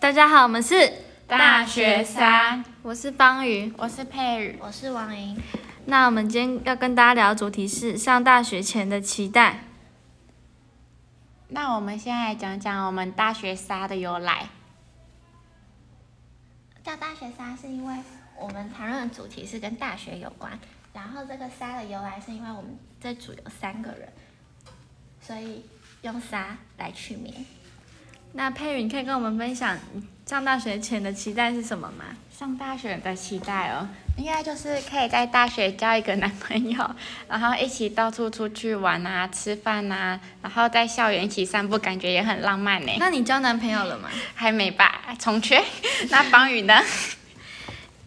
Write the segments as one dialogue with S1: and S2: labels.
S1: 大家好，我们是
S2: 大学三，
S1: 我是方瑜。
S2: 我是佩宇，
S3: 我是王莹。
S1: 那我们今天要跟大家聊的主题是上大学前的期待。
S2: 那我们先来讲讲我们大学沙的由来。
S3: 叫大学沙是因为我们谈论的主题是跟大学有关，然后这个沙的由来是因为我们这组有三个人，所以用沙来取名。
S1: 那佩宇，你可以跟我们分享你上大学前的期待是什么吗？
S2: 上大学的期待哦，应该就是可以在大学交一个男朋友， 然后一起到处出去玩啊、吃饭啊，然后在校园一起散步，感觉也很浪漫呢。
S1: 那你交男朋友了吗？
S2: 还没吧？重缺？ 那方宇呢？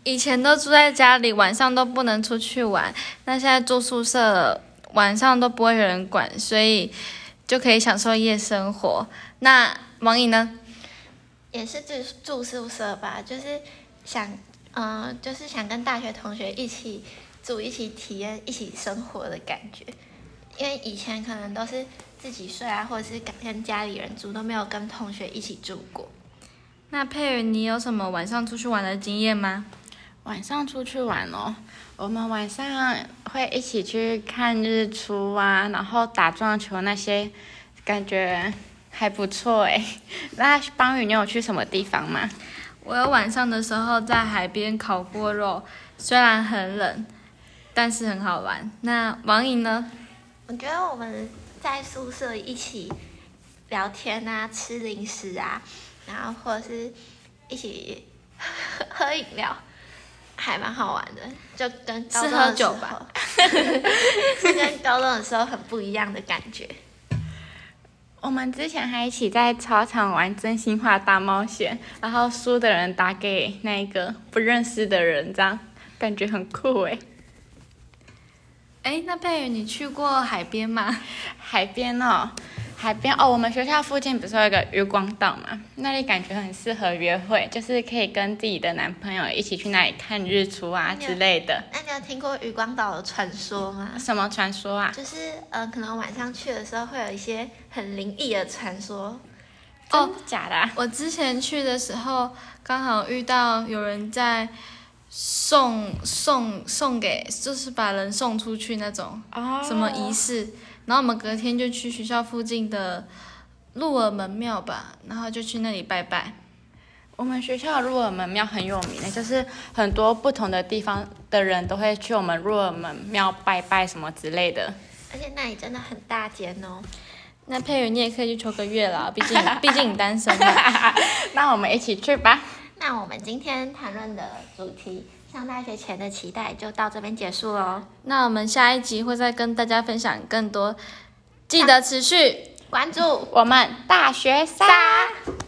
S1: 以前都住在家里，晚上都不能出去玩。那现在住宿舍了，晚上都不会有人管，所以就可以享受夜生活。那王颖呢？
S3: 也是住住宿舍吧，就是想，嗯、就是想跟大学同学一起住、一起体验、一起生活的感觉。因为以前可能都是自己睡啊，或者是跟家里人住，都没有跟同学一起住过。
S1: 那佩宇，你有什么晚上出去玩的经验吗？
S2: 晚上出去玩哦，我们晚上会一起去看日出啊，然后打撞球那些，感觉还不错哎。 那方宇，你有去什么地方吗？
S1: 我有晚上的时候在海边烤过肉，虽然很冷，但是很好玩。那王颖呢？
S3: 我觉得我们在宿舍一起聊天啊，吃零食啊，然后或者是一起喝喝饮料，还蛮好玩的。就跟高中的时候
S1: 是喝酒 吧，
S3: 是跟高中的时候很不一样的感觉。
S2: 我们之前还一起在操场玩真心话大冒险，然后输的人打给那一个不认识的人，这样感觉很酷诶。
S1: 哎，那佩宇，你去过海边吗？
S2: 海边哦，海边哦，我们学校附近不是有一个渔光岛嘛？那里感觉很适合约会，就是可以跟自己的男朋友一起去那里看日出啊之类的。
S3: 那你有听过渔光岛的传说吗？
S2: 什么传说啊？
S3: 就是呃，可能晚上去的时候会有一些很灵异的传说，
S1: 哦
S2: 真假的、啊？
S1: 我之前去的时候，刚好遇到有人在送送送给，就是把人送出去那种
S2: 哦
S1: 什么仪式。然后我们隔天就去学校附近的鹿耳门庙吧，然后就去那里拜拜。
S2: 我们学校的入耳门庙很有名的，就是很多不同的地方的人都会去我们入耳门庙拜拜什么之类的。
S3: 而且那里真的很大间哦。
S1: 那佩宇，你也可以去求个月老， 毕竟毕竟你单身嘛。
S2: 那我们一起去吧。
S3: 那我们今天谈论的主题“上大学前的期待”就到这边结束喽。
S1: 那我们下一集会再跟大家分享更多，记得持续。
S3: 关注
S2: 我们大学三。
S3: 大家。